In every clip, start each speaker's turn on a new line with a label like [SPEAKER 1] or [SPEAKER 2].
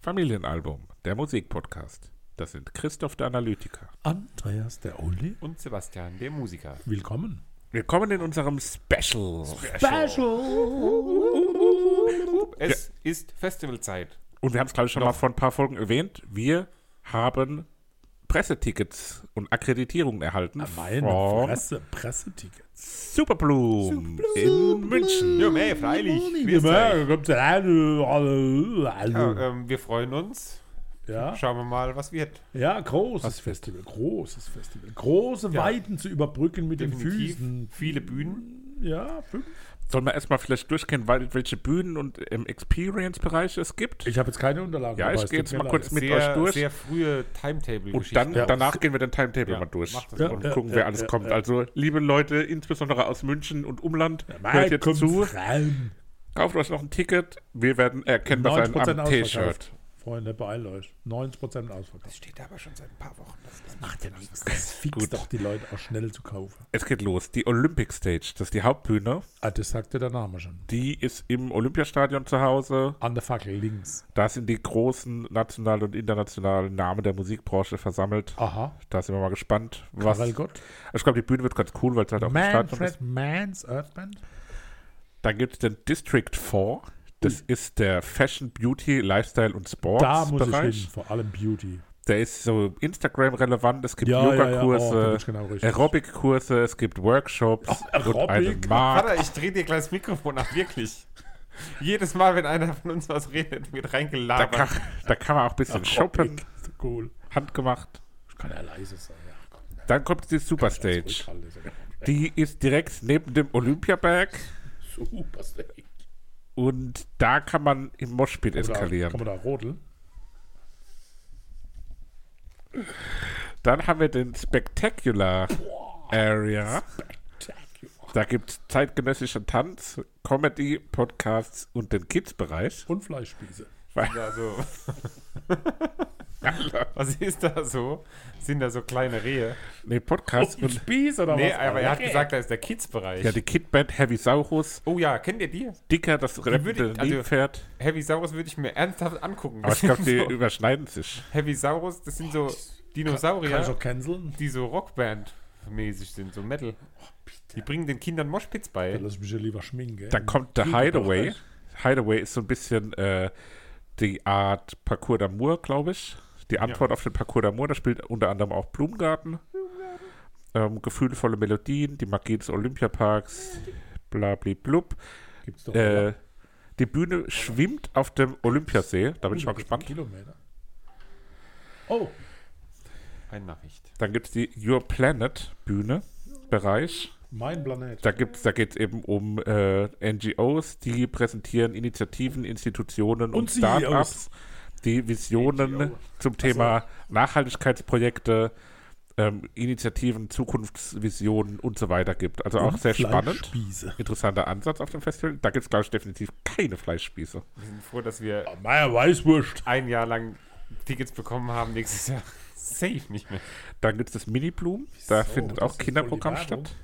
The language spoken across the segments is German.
[SPEAKER 1] Familienalbum, der Musikpodcast. Das sind Christoph der Analytiker.
[SPEAKER 2] Andreas, der Only.
[SPEAKER 3] Und Sebastian, der Musiker.
[SPEAKER 2] Willkommen.
[SPEAKER 1] Willkommen in unserem Special.
[SPEAKER 3] Es ist Festivalzeit.
[SPEAKER 1] Und wir haben es, glaube ich, schon mal vor ein paar Folgen erwähnt. Wir haben Pressetickets und Akkreditierungen erhalten
[SPEAKER 2] Ah, Meine
[SPEAKER 1] von
[SPEAKER 2] Fresse, Pressetickets.
[SPEAKER 1] Superbloom in München.
[SPEAKER 3] Ja, mehr, freilich. Wir,
[SPEAKER 2] Ja, kommt rein, alle, äh, alle.
[SPEAKER 3] ja, ähm, wir freuen uns.
[SPEAKER 1] äh,
[SPEAKER 2] Ja,
[SPEAKER 3] Schauen wir mal, was wird.
[SPEAKER 2] ja, großes Festival, großes Festival. Große Weiten zu überbrücken mit
[SPEAKER 3] Definitiv
[SPEAKER 2] den Füßen.
[SPEAKER 3] viele Bühnen.
[SPEAKER 2] Ja, fünf.
[SPEAKER 1] Sollen wir erstmal vielleicht durchgehen, weil- welche Bühnen und ähm, Experience-Bereiche es gibt?
[SPEAKER 2] Ich habe jetzt keine Unterlagen.
[SPEAKER 1] Ja,
[SPEAKER 2] dabei,
[SPEAKER 1] ich
[SPEAKER 2] es
[SPEAKER 1] gehe
[SPEAKER 2] tut
[SPEAKER 1] jetzt
[SPEAKER 2] mir
[SPEAKER 1] mal
[SPEAKER 2] leid.
[SPEAKER 1] kurz mit
[SPEAKER 3] sehr,
[SPEAKER 1] euch durch.
[SPEAKER 3] sehr frühe Timetable-Geschichten.
[SPEAKER 1] Und dann,
[SPEAKER 2] Ja.
[SPEAKER 1] danach gehen wir den Timetable
[SPEAKER 3] Ja,
[SPEAKER 1] mal durch
[SPEAKER 3] macht das
[SPEAKER 2] Ja,
[SPEAKER 1] und
[SPEAKER 2] ja,
[SPEAKER 1] gucken,
[SPEAKER 2] ja,
[SPEAKER 1] wer alles
[SPEAKER 2] ja,
[SPEAKER 1] kommt.
[SPEAKER 2] ja.
[SPEAKER 1] Also, liebe Leute, insbesondere aus München und Umland, hört
[SPEAKER 2] Nein,
[SPEAKER 1] jetzt
[SPEAKER 2] kommt
[SPEAKER 1] zu.
[SPEAKER 2] rein.
[SPEAKER 1] Kauft euch noch ein Ticket. Wir werden erkennbar sein
[SPEAKER 2] 90%
[SPEAKER 1] am T-Shirt.
[SPEAKER 2] Freunde, beeilt euch. 90% ausverkauft.
[SPEAKER 3] das steht aber schon seit ein paar Wochen. Das
[SPEAKER 2] Macht ja nichts. Das fixt
[SPEAKER 1] Gut.
[SPEAKER 2] doch die Leute auch schnell zu kaufen.
[SPEAKER 1] Es geht los. Die Olympic Stage, das ist die Hauptbühne.
[SPEAKER 2] Ah, das sagte der Name schon.
[SPEAKER 1] Die ist im Olympiastadion zu Hause.
[SPEAKER 2] An der Fackel links.
[SPEAKER 1] Da sind die großen nationalen und internationalen Namen der Musikbranche versammelt.
[SPEAKER 2] Aha.
[SPEAKER 1] Da sind wir mal gespannt, was. Also
[SPEAKER 2] Karel Gott.
[SPEAKER 1] Ich glaube, die Bühne wird ganz cool, weil es halt auf dem Stadion ist.
[SPEAKER 2] Manfred Mans Earthband.
[SPEAKER 1] Dann gibt es den District 4. Das ist der Fashion, Beauty, Lifestyle und Sports.
[SPEAKER 2] Da muss
[SPEAKER 1] Bereich.
[SPEAKER 2] ich hin, vor allem Beauty.
[SPEAKER 1] Der ist so Instagram-relevant. Es gibt
[SPEAKER 2] Ja, ja, ja. Oh, da
[SPEAKER 1] Yoga-Kurse,
[SPEAKER 2] bin ich genau richtig.
[SPEAKER 1] Aerobic-Kurse, es gibt Workshops und einen
[SPEAKER 2] Aerobic?
[SPEAKER 1] Markt.
[SPEAKER 3] Vater, ich drehe dir gleich das Mikrofon ab, wirklich. Jedes Mal, wenn einer von uns was redet, wird
[SPEAKER 1] Da
[SPEAKER 3] reingelabert.
[SPEAKER 1] kann, da kann man auch ein bisschen shoppen,
[SPEAKER 2] Cool.
[SPEAKER 1] handgemacht.
[SPEAKER 2] Ich kann ja leise sein. Ja, komm, ne,
[SPEAKER 1] Dann kommt die
[SPEAKER 2] ruhig
[SPEAKER 1] Superstage.
[SPEAKER 2] alles, ja.
[SPEAKER 1] Die ist direkt neben dem Olympiaberg
[SPEAKER 2] Superstage.
[SPEAKER 1] und da kann man im Moshpit
[SPEAKER 2] Oder Kann
[SPEAKER 1] eskalieren.
[SPEAKER 2] man da rodeln?
[SPEAKER 1] Dann haben wir den Spectacular Area. Da gibt es zeitgenössischen Tanz, Comedy, Podcasts und den Kids-Bereich.
[SPEAKER 2] Und Fleischspieße.
[SPEAKER 1] Oh,
[SPEAKER 3] Da so. was ist da so? Sind da so kleine Rehe?
[SPEAKER 1] Nee, Podcasts
[SPEAKER 2] Oh,
[SPEAKER 1] und
[SPEAKER 2] Spieß oder
[SPEAKER 3] Nee, aber er hat gesagt, da ist der Kids-Bereich.
[SPEAKER 1] Ja, die Kidband, Heavy Saurus,
[SPEAKER 3] oh ja, kennt ihr die?
[SPEAKER 1] Dicker, das rappende
[SPEAKER 3] würde- also-
[SPEAKER 1] Nilpferd.
[SPEAKER 3] Heavy Saurus würde ich mir ernsthaft angucken.
[SPEAKER 1] Aber ich glaube, die
[SPEAKER 3] so,
[SPEAKER 1] überschneiden sich.
[SPEAKER 3] Heavy Saurus, das sind so
[SPEAKER 2] Kann ich
[SPEAKER 3] Dinosaurier,
[SPEAKER 2] auch canceln?
[SPEAKER 3] die so Rockband-mäßig sind, so Metal.
[SPEAKER 2] Oh,
[SPEAKER 3] Die bringen den Kindern Moshpits
[SPEAKER 2] Ja,
[SPEAKER 3] bei.
[SPEAKER 2] Lass mich ja lieber schminken.
[SPEAKER 1] Dann kommt der Hideaway. Hideaway ist so ein bisschen äh, die Art Parcours d'Amour, glaube ich. Die Antwort auf den Parcours d'Amour. Da spielt unter anderem auch Blumengarten. Ähm, gefühlvolle Melodien, die Magie des Olympiaparks, bla bla blub.
[SPEAKER 2] Gibt's doch
[SPEAKER 1] Äh, die Bühne schwimmt auf dem Olympiasee. Da bin ich mal gespannt.
[SPEAKER 2] Kilometer. Oh,
[SPEAKER 3] Eine Nachricht.
[SPEAKER 1] Dann gibt es die Your Planet Bühne. Bereich.
[SPEAKER 2] mein Planet.
[SPEAKER 1] Da, gibt's- da geht es eben um äh, NGOs, die präsentieren Initiativen, Institutionen und,
[SPEAKER 2] Und E CEOs.
[SPEAKER 1] Startups, die Visionen zum Thema Nachhaltigkeitsprojekte, ähm, Initiativen, Zukunftsvisionen und so weiter gibt. Also auch
[SPEAKER 2] Und
[SPEAKER 1] sehr spannend.
[SPEAKER 2] Fleischspieße.
[SPEAKER 1] Interessanter Ansatz auf dem Festival. Da gibt es, glaube ich, definitiv keine Fleischspieße.
[SPEAKER 3] Wir sind froh, dass wir
[SPEAKER 2] Meier Weißwurst.
[SPEAKER 3] ein Jahr lang Tickets bekommen haben, nächstes Jahr safe nicht mehr.
[SPEAKER 1] Dann gibt es das Mini-Bloom. Da
[SPEAKER 2] Wieso?
[SPEAKER 1] findet
[SPEAKER 2] Das
[SPEAKER 1] auch
[SPEAKER 2] ist voll die
[SPEAKER 1] Kinderprogramm
[SPEAKER 2] Werbung.
[SPEAKER 1] statt.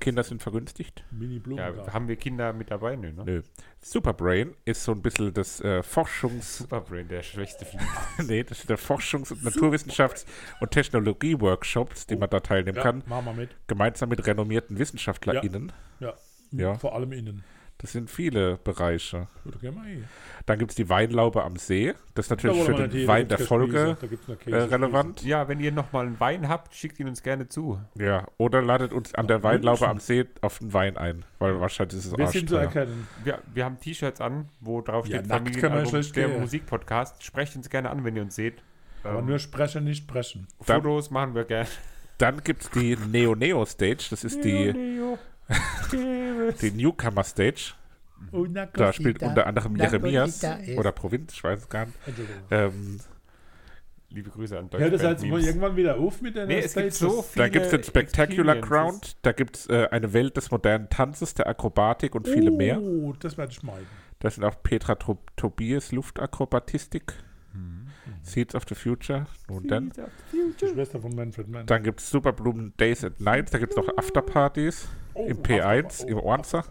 [SPEAKER 1] Kinder sind vergünstigt.
[SPEAKER 2] Mini
[SPEAKER 3] Ja,
[SPEAKER 2] Blumengarten.
[SPEAKER 3] haben wir Kinder mit dabei? Nö, ne?
[SPEAKER 1] Nö. Superbrain ist so ein bisschen das äh, Forschungs-
[SPEAKER 3] Superbrain, der schwächste Flieger.
[SPEAKER 1] Nee, das ist der Forschungs- und Naturwissenschafts- und Technologie-Workshops, die man da teilnehmen
[SPEAKER 2] Ja,
[SPEAKER 1] kann,
[SPEAKER 2] machen wir mit.
[SPEAKER 1] gemeinsam mit renommierten WissenschaftlerInnen.
[SPEAKER 2] Ja.
[SPEAKER 1] Ja.
[SPEAKER 2] Vor allem innen.
[SPEAKER 1] Das sind viele Bereiche.
[SPEAKER 2] Gut, gehen wir hier.
[SPEAKER 1] Dann gibt es die Weinlaube am See. Das ist
[SPEAKER 2] Da
[SPEAKER 1] natürlich
[SPEAKER 2] wollen
[SPEAKER 1] für
[SPEAKER 2] wir nicht
[SPEAKER 1] den
[SPEAKER 2] hin,
[SPEAKER 1] Wein
[SPEAKER 2] da
[SPEAKER 1] der
[SPEAKER 2] gibt's
[SPEAKER 1] Folge
[SPEAKER 2] Käse, da gibt's nur
[SPEAKER 1] äh,
[SPEAKER 2] Käse,
[SPEAKER 1] relevant.
[SPEAKER 3] Ja, wenn ihr nochmal einen Wein habt, schickt ihn uns gerne zu.
[SPEAKER 1] Ja, oder ladet uns an der
[SPEAKER 2] München.
[SPEAKER 1] Weinlaube am See auf den Wein ein, weil wahrscheinlich ist es
[SPEAKER 2] Wir sind zu
[SPEAKER 1] arschteuer.
[SPEAKER 2] erkennen.
[SPEAKER 3] Wir, wir haben T-Shirts an, wo drauf
[SPEAKER 2] Ja,
[SPEAKER 3] steht
[SPEAKER 2] nackt kann man
[SPEAKER 3] Familienalbum,
[SPEAKER 2] schlecht
[SPEAKER 3] der
[SPEAKER 2] gehen.
[SPEAKER 3] Musikpodcast. Sprecht uns gerne an, wenn ihr uns seht.
[SPEAKER 2] Aber nur sprechen, nicht sprechen.
[SPEAKER 1] Dann-
[SPEAKER 3] Fotos machen wir gerne.
[SPEAKER 1] Dann gibt es die Neo-Neo-Stage. Das ist die, die Newcomer-Stage. Da spielt unter anderem Jeremias oder Provinz, ich weiß es gar nicht.
[SPEAKER 2] Entschuldigung.
[SPEAKER 1] Ähm,
[SPEAKER 3] Liebe Grüße an
[SPEAKER 2] Hört das jetzt mal
[SPEAKER 3] Memes.
[SPEAKER 2] irgendwann wieder auf mit der
[SPEAKER 3] Nee, es gibt so viele
[SPEAKER 1] Da gibt es den Spectacular
[SPEAKER 3] Experiences.
[SPEAKER 1] Ground, da gibt es äh, eine Welt des modernen Tanzes, der Akrobatik und viele mehr.
[SPEAKER 2] Oh, das werde ich meiden.
[SPEAKER 1] Da sind auch Petra Tro- Tobias, Luftakrobatistik,
[SPEAKER 2] Mhm.
[SPEAKER 1] Seeds of the Future und dann.
[SPEAKER 2] Die Schwester von Manfred Mann.
[SPEAKER 1] Dann gibt es Superblumen Days and Nights, da gibt es noch Afterpartys
[SPEAKER 2] Oh,
[SPEAKER 1] im P1,
[SPEAKER 2] Afterpa-
[SPEAKER 1] im
[SPEAKER 2] oh,
[SPEAKER 1] Ornzach.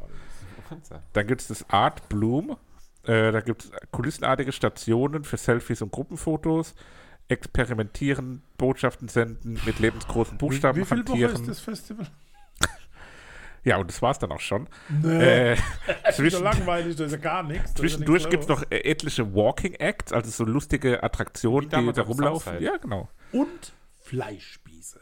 [SPEAKER 3] Panzer.
[SPEAKER 1] Dann gibt es das Art Bloom, Äh, da gibt es kulissenartige Stationen für Selfies und Gruppenfotos. Experimentieren, Botschaften senden, mit lebensgroßen Buchstaben
[SPEAKER 2] Wie viel Woche ist
[SPEAKER 1] hantieren.
[SPEAKER 2] das Festival?
[SPEAKER 1] Ja, und das war's dann auch schon.
[SPEAKER 2] Nee,
[SPEAKER 1] Äh,
[SPEAKER 2] so
[SPEAKER 1] zwischen,
[SPEAKER 2] langweilig, da ist ja gar nichts. da ist ja
[SPEAKER 1] Zwischendurch
[SPEAKER 2] nichts
[SPEAKER 1] gibt es noch äh, etliche Walking Acts, also so lustige Attraktionen,
[SPEAKER 3] Wie
[SPEAKER 1] die
[SPEAKER 3] damals
[SPEAKER 1] da
[SPEAKER 3] auf dem
[SPEAKER 1] rumlaufen.
[SPEAKER 3] Southside.
[SPEAKER 1] Ja, genau.
[SPEAKER 2] Und Fleischspieße.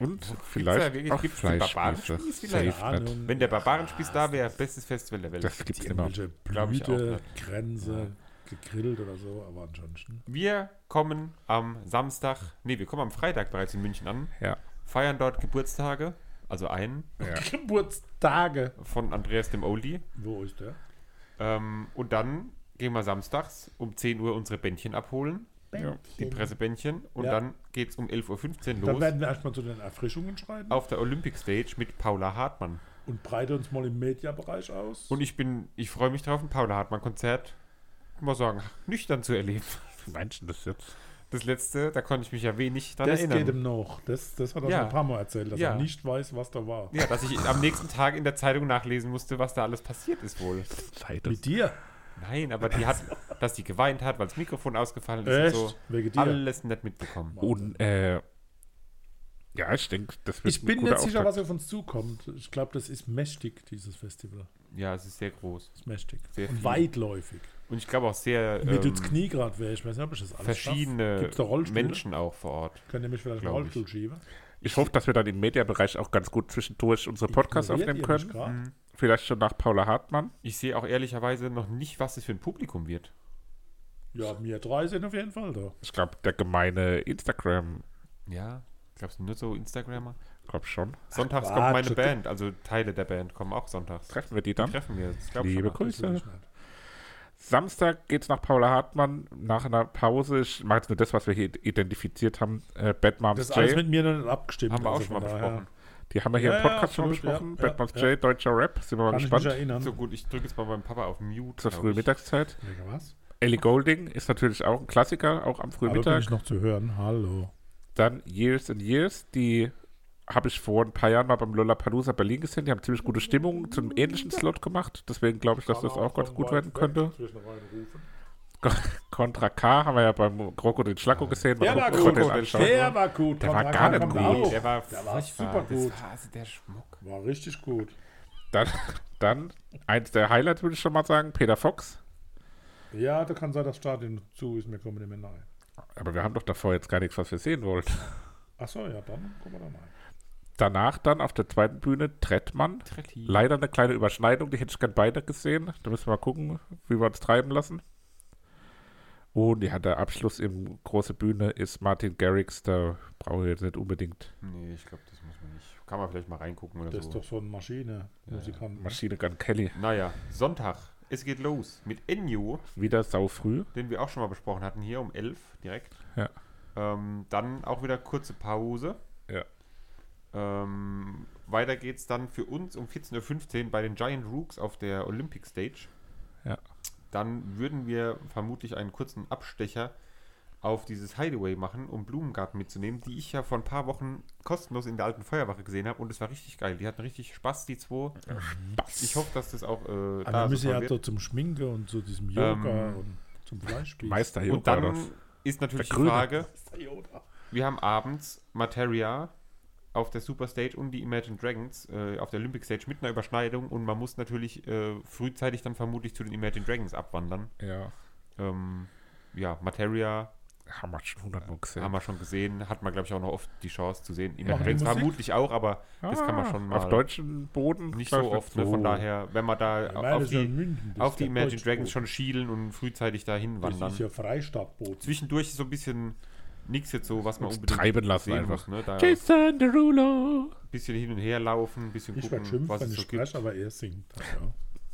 [SPEAKER 1] Und
[SPEAKER 3] da
[SPEAKER 1] vielleicht
[SPEAKER 3] wirklich-
[SPEAKER 1] auch
[SPEAKER 3] gibt's den
[SPEAKER 1] Fleischspieße.
[SPEAKER 3] Barbarenspieß
[SPEAKER 1] Safe
[SPEAKER 3] vielleicht?
[SPEAKER 2] Keine
[SPEAKER 1] nicht.
[SPEAKER 2] Ahnung.
[SPEAKER 3] Wenn der Barbarenspieß da wäre, bestes Festival der Welt.
[SPEAKER 1] Das gibt's immer.
[SPEAKER 2] irgendwelche
[SPEAKER 3] Glaub ich auch,
[SPEAKER 1] ne?
[SPEAKER 2] Blüte, Grenze, gegrillt oder so, aber ansonsten.
[SPEAKER 3] Wir kommen am Samstag, nee, wir kommen am Freitag bereits in München an,
[SPEAKER 1] Ja.
[SPEAKER 3] feiern dort Geburtstage, also einen
[SPEAKER 1] ja.
[SPEAKER 2] Geburtstage.
[SPEAKER 3] von Andreas dem Oli.
[SPEAKER 2] Wo ist der?
[SPEAKER 3] Ähm, und dann gehen wir samstags um 10 Uhr unsere Bändchen abholen, die Pressebändchen. Und
[SPEAKER 2] Ja.
[SPEAKER 3] dann geht's um 11.15 Uhr
[SPEAKER 2] Dann
[SPEAKER 3] los
[SPEAKER 2] werden wir erstmal zu den Erfrischungen schreiten
[SPEAKER 3] auf der Olympic Stage mit Paula Hartmann.
[SPEAKER 2] und breite uns mal im Mediabereich aus.
[SPEAKER 3] Und ich bin, ich freue mich drauf, ein Paula Hartmann-Konzert, mal sagen, nüchtern zu erleben.
[SPEAKER 1] Wie meinst du das jetzt?
[SPEAKER 3] Das letzte, da konnte ich mich ja wenig dran
[SPEAKER 2] das
[SPEAKER 3] erinnern.
[SPEAKER 2] geht ihm noch. Das, das hat er
[SPEAKER 3] Ja.
[SPEAKER 2] schon ein paar Mal erzählt, dass
[SPEAKER 3] Ja.
[SPEAKER 2] er nicht weiß, was da war.
[SPEAKER 3] ja, dass ich am nächsten Tag in der Zeitung nachlesen musste, was da alles passiert ist wohl.
[SPEAKER 1] Zeit
[SPEAKER 2] Mit dir?
[SPEAKER 3] Nein, aber die hat, dass die geweint hat, weil das Mikrofon ausgefallen ist
[SPEAKER 2] Echt?
[SPEAKER 3] und so.
[SPEAKER 2] Wegen dir?
[SPEAKER 3] Alles nicht mitbekommen.
[SPEAKER 1] Und, äh, ja, ich denke, das wird
[SPEAKER 2] Ich
[SPEAKER 1] ein
[SPEAKER 2] bin
[SPEAKER 1] guter
[SPEAKER 2] nicht sicher,
[SPEAKER 1] Auftakt.
[SPEAKER 2] was auf uns zukommt. Ich glaube, das ist mächtig, dieses Festival.
[SPEAKER 3] Ja, es ist sehr groß.
[SPEAKER 2] Das ist mächtig.
[SPEAKER 3] Sehr
[SPEAKER 2] und
[SPEAKER 3] viel.
[SPEAKER 2] weitläufig.
[SPEAKER 3] Und ich glaube auch sehr
[SPEAKER 2] Mittels
[SPEAKER 3] ähm,
[SPEAKER 2] Kniegrad wäre ich. Ich weiß nicht, ob ich das alles
[SPEAKER 3] verschiedene
[SPEAKER 2] Gibt's da Rollstühle?
[SPEAKER 3] Menschen auch vor Ort.
[SPEAKER 2] Könnt ihr mich vielleicht einen
[SPEAKER 3] Glaub ich.
[SPEAKER 2] Rollstuhl schieben?
[SPEAKER 1] Ich hoffe, dass wir dann im Mediabereich auch ganz gut zwischendurch unsere Podcasts
[SPEAKER 2] Ignoriert
[SPEAKER 1] aufnehmen
[SPEAKER 2] ihr mich
[SPEAKER 1] können.
[SPEAKER 2] grad?
[SPEAKER 3] Mhm.
[SPEAKER 1] Vielleicht schon nach Paula Hartmann.
[SPEAKER 3] Ich sehe auch ehrlicherweise noch nicht, was es für ein Publikum wird.
[SPEAKER 2] Ja, mir drei sind auf jeden Fall da.
[SPEAKER 1] Ich glaube, der gemeine Instagram,
[SPEAKER 3] Ja, glaubst du, nur so Instagrammer?
[SPEAKER 1] glaube schon.
[SPEAKER 3] Sonntags
[SPEAKER 2] Quatsch,
[SPEAKER 3] kommt meine
[SPEAKER 2] okay.
[SPEAKER 3] Band, also Teile der Band kommen auch sonntags.
[SPEAKER 1] Treffen wir die dann?
[SPEAKER 3] Treffen wir uns, glaube
[SPEAKER 1] Liebe
[SPEAKER 3] ich.
[SPEAKER 2] Das will
[SPEAKER 1] Grüße.
[SPEAKER 2] ich nicht.
[SPEAKER 1] Samstag geht's nach Paula Hartmann nach einer Pause. Ich mache jetzt nur das, was wir hier identifiziert haben. Äh, Bad Moms
[SPEAKER 2] Das ist alles
[SPEAKER 1] J.
[SPEAKER 2] mit mir noch nicht abgestimmt.
[SPEAKER 3] Haben wir auch
[SPEAKER 2] also
[SPEAKER 3] schon mal
[SPEAKER 2] von daher
[SPEAKER 3] besprochen.
[SPEAKER 1] Die haben wir hier
[SPEAKER 2] Ja,
[SPEAKER 1] im
[SPEAKER 2] ja,
[SPEAKER 1] Podcast schon
[SPEAKER 2] absolut,
[SPEAKER 1] besprochen.
[SPEAKER 2] ja, ja,
[SPEAKER 1] Bad Moms
[SPEAKER 2] ja.
[SPEAKER 1] J, deutscher Rap. Sind wir mal
[SPEAKER 2] Kann ich mich
[SPEAKER 1] gespannt.
[SPEAKER 2] erinnern.
[SPEAKER 3] So gut, ich drücke jetzt mal beim Papa auf Mute.
[SPEAKER 1] Zur
[SPEAKER 3] glaub
[SPEAKER 1] frühen
[SPEAKER 3] ich.
[SPEAKER 1] Mittagszeit.
[SPEAKER 2] Wegen was?
[SPEAKER 1] Ellie Golding ist natürlich auch ein Klassiker, auch am frühen
[SPEAKER 2] Hallo, bin
[SPEAKER 1] Mittag.
[SPEAKER 2] ich noch zu hören. Hallo.
[SPEAKER 1] Dann Years and Years, die habe ich vor ein paar Jahren mal beim Lollapalooza Berlin gesehen. Die haben ziemlich gute Stimmung zum ähnlichen Slot gemacht. Deswegen glaube ich, dass das auch ganz gut werden könnte. Contra K haben wir ja beim Kroko den Schlacko gesehen.
[SPEAKER 2] Der
[SPEAKER 1] Man
[SPEAKER 2] war
[SPEAKER 1] guckt-
[SPEAKER 2] gut.
[SPEAKER 1] konnte ihn anschauen.
[SPEAKER 2] Der war gut.
[SPEAKER 1] Der war
[SPEAKER 2] Konrad
[SPEAKER 1] gar nicht
[SPEAKER 2] Kahn
[SPEAKER 1] gut.
[SPEAKER 2] kommt auch.
[SPEAKER 3] Der war,
[SPEAKER 2] Der war
[SPEAKER 3] furchtbar.
[SPEAKER 2] super gut.
[SPEAKER 3] Das war also der Schmuck.
[SPEAKER 2] War richtig gut.
[SPEAKER 1] Dann, dann eins der Highlights würde ich schon mal sagen, Peter Fox.
[SPEAKER 2] Ja, da kann sein, das Stadion zu ist. Mir kommen nicht mehr nahe.
[SPEAKER 1] Aber wir haben doch davor jetzt gar nichts, was wir sehen wollten.
[SPEAKER 2] Achso, ja, dann kommen wir da rein.
[SPEAKER 1] Danach dann auf der zweiten Bühne Trettmann.
[SPEAKER 3] Tretti.
[SPEAKER 1] Leider eine kleine Überschneidung, die hätte ich gern beide gesehen. Da müssen wir mal gucken, wie wir uns treiben lassen. Und ja, der Abschluss im große Bühne ist Martin Garrix, da brauchen wir jetzt nicht unbedingt
[SPEAKER 3] Nee, ich glaube, das muss man nicht. Kann man vielleicht mal reingucken oder
[SPEAKER 2] Das ist
[SPEAKER 3] so.
[SPEAKER 2] doch so eine Maschine. Musikant.
[SPEAKER 1] Maschine Gun Kelly.
[SPEAKER 3] Naja, Sonntag. Es geht los mit Ennio,
[SPEAKER 1] Wieder sau früh.
[SPEAKER 3] den wir auch schon mal besprochen hatten, hier um 11 direkt.
[SPEAKER 1] Ja.
[SPEAKER 3] Ähm, dann auch wieder kurze Pause.
[SPEAKER 1] Ja.
[SPEAKER 3] Ähm, weiter geht's dann für uns um 14.15 Uhr bei den Giant Rooks auf der Olympic Stage.
[SPEAKER 1] Ja.
[SPEAKER 3] Dann würden wir vermutlich einen kurzen Abstecher auf dieses Hideaway machen, um Blumengarten mitzunehmen, die ich ja vor ein paar Wochen kostenlos in der alten Feuerwache gesehen habe und es war richtig geil. Die hatten richtig Spaß, die zwei. Ich hoffe, dass das auch äh,
[SPEAKER 2] Aber Ah, wir müssen
[SPEAKER 3] so
[SPEAKER 2] ja
[SPEAKER 3] wird.
[SPEAKER 2] so zum Schminke und zu diesem Yoga
[SPEAKER 3] Ähm,
[SPEAKER 2] und zum Fleischspieß.
[SPEAKER 1] Meister hier
[SPEAKER 3] Und dann ist natürlich
[SPEAKER 1] Der
[SPEAKER 3] die
[SPEAKER 1] Grüne.
[SPEAKER 3] Frage,
[SPEAKER 2] Yoda.
[SPEAKER 3] wir haben abends Materia auf der Superstage und die Imagine Dragons äh, auf der Olympic Stage mit einer Überschneidung und man muss natürlich äh, frühzeitig dann vermutlich zu den Imagine Dragons abwandern.
[SPEAKER 1] Ja,
[SPEAKER 3] Ähm, ja, Materia
[SPEAKER 1] haben wir schon 100 Mal gesehen.
[SPEAKER 3] haben wir schon gesehen, hat man glaube ich auch noch oft die Chance zu sehen.
[SPEAKER 2] Machen
[SPEAKER 3] Imagine
[SPEAKER 2] die
[SPEAKER 3] Dragons
[SPEAKER 2] Musik?
[SPEAKER 3] vermutlich auch, aber das kann man
[SPEAKER 1] Ah,
[SPEAKER 3] schon mal
[SPEAKER 1] Auf deutschem Boden?
[SPEAKER 3] nicht
[SPEAKER 1] glaub
[SPEAKER 3] so
[SPEAKER 1] ich,
[SPEAKER 3] oft. Ne? Von daher, wenn man da
[SPEAKER 2] Ich meine,
[SPEAKER 3] auf
[SPEAKER 2] das ist Oh. ja
[SPEAKER 3] die,
[SPEAKER 2] München, das
[SPEAKER 3] auf
[SPEAKER 2] ist
[SPEAKER 3] die
[SPEAKER 2] ja
[SPEAKER 3] Imagine
[SPEAKER 2] Deutsch-
[SPEAKER 3] Dragons schon schielen und frühzeitig dahin
[SPEAKER 2] Das
[SPEAKER 3] wandern.
[SPEAKER 2] ist ja Freistaatboot.
[SPEAKER 3] Zwischendurch so ein bisschen nichts jetzt so, was man
[SPEAKER 1] Uns
[SPEAKER 3] unbedingt
[SPEAKER 1] treiben lassen
[SPEAKER 3] sehen
[SPEAKER 1] einfach.
[SPEAKER 3] muss. Ne? Da ein
[SPEAKER 1] Jason Derulo.
[SPEAKER 3] bisschen hin und her laufen, ein bisschen
[SPEAKER 2] Ich werde
[SPEAKER 3] gucken,
[SPEAKER 2] schimpfen,
[SPEAKER 3] was
[SPEAKER 2] wenn
[SPEAKER 3] es
[SPEAKER 2] ich
[SPEAKER 3] so
[SPEAKER 2] spreche,
[SPEAKER 3] gibt.
[SPEAKER 2] aber er singt. Ja.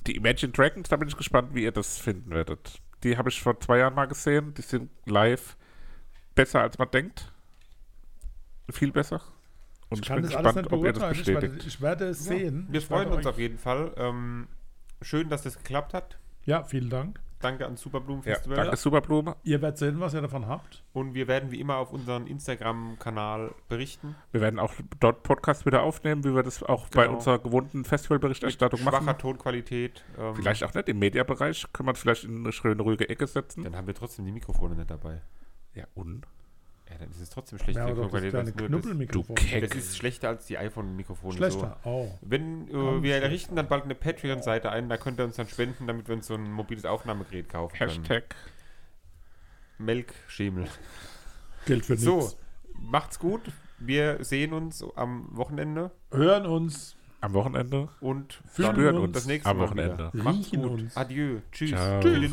[SPEAKER 1] Die Imagine Dragons, da bin ich gespannt, wie ihr das finden werdet. Die habe ich vor zwei Jahren mal gesehen. Die sind live besser, als man denkt. Viel besser. Und ich, bin gespannt, ob ihr das
[SPEAKER 2] Ich werde,
[SPEAKER 1] bestätigt.
[SPEAKER 2] ich werde es sehen.
[SPEAKER 3] Wir
[SPEAKER 2] Ich
[SPEAKER 3] freuen
[SPEAKER 2] werde
[SPEAKER 3] uns
[SPEAKER 2] euch-
[SPEAKER 3] auf jeden Fall. Ähm, schön, dass das geklappt hat.
[SPEAKER 2] Ja, vielen Dank.
[SPEAKER 3] Danke an Superblumen
[SPEAKER 1] Ja,
[SPEAKER 3] Festival.
[SPEAKER 1] danke, Superblume.
[SPEAKER 2] Ihr werdet sehen, was ihr davon habt.
[SPEAKER 3] Und wir werden wie immer auf unseren Instagram-Kanal berichten.
[SPEAKER 1] Wir werden auch dort Podcast wieder aufnehmen, wie wir das auch bei
[SPEAKER 3] Genau.
[SPEAKER 1] unserer gewohnten Festivalberichterstattung
[SPEAKER 3] schwacher
[SPEAKER 1] machen.
[SPEAKER 3] Tonqualität. ähm,
[SPEAKER 1] Vielleicht auch nicht im Mediabereich. Können wir uns vielleicht in eine schöne, ruhige Ecke setzen.
[SPEAKER 3] Dann haben wir trotzdem die Mikrofone nicht dabei.
[SPEAKER 1] Ja, und?
[SPEAKER 3] Ja, dann ist es trotzdem schlechter
[SPEAKER 2] Wir haben doch das
[SPEAKER 3] Tonqualität
[SPEAKER 2] kleine
[SPEAKER 3] als nur das-
[SPEAKER 2] Knubbelmikrofon.
[SPEAKER 1] Du Keck.
[SPEAKER 3] Das ist schlechter als die iPhone-Mikrofone.
[SPEAKER 2] Schlechter. Oh.
[SPEAKER 3] So. Wenn äh,
[SPEAKER 2] Ganz
[SPEAKER 3] wir
[SPEAKER 2] schlechter.
[SPEAKER 3] richten dann bald eine Patreon-Seite ein, da könnt ihr uns dann spenden, damit wir uns so ein mobiles Aufnahmegerät kaufen können.
[SPEAKER 1] Hashtag.
[SPEAKER 3] Melkschemel.
[SPEAKER 2] Gilt für nichts.
[SPEAKER 3] So, macht's gut. Wir sehen uns am Wochenende
[SPEAKER 2] Hören uns,
[SPEAKER 1] Am Wochenende.
[SPEAKER 3] und
[SPEAKER 2] Fühlen
[SPEAKER 3] dann
[SPEAKER 2] uns
[SPEAKER 3] das nächste
[SPEAKER 1] am
[SPEAKER 3] Mal
[SPEAKER 1] Wochenende.
[SPEAKER 3] wieder. Macht's
[SPEAKER 2] riechen
[SPEAKER 3] gut.
[SPEAKER 2] uns.
[SPEAKER 3] Adieu. Tschüss.
[SPEAKER 1] Ciao.
[SPEAKER 3] Tschüss.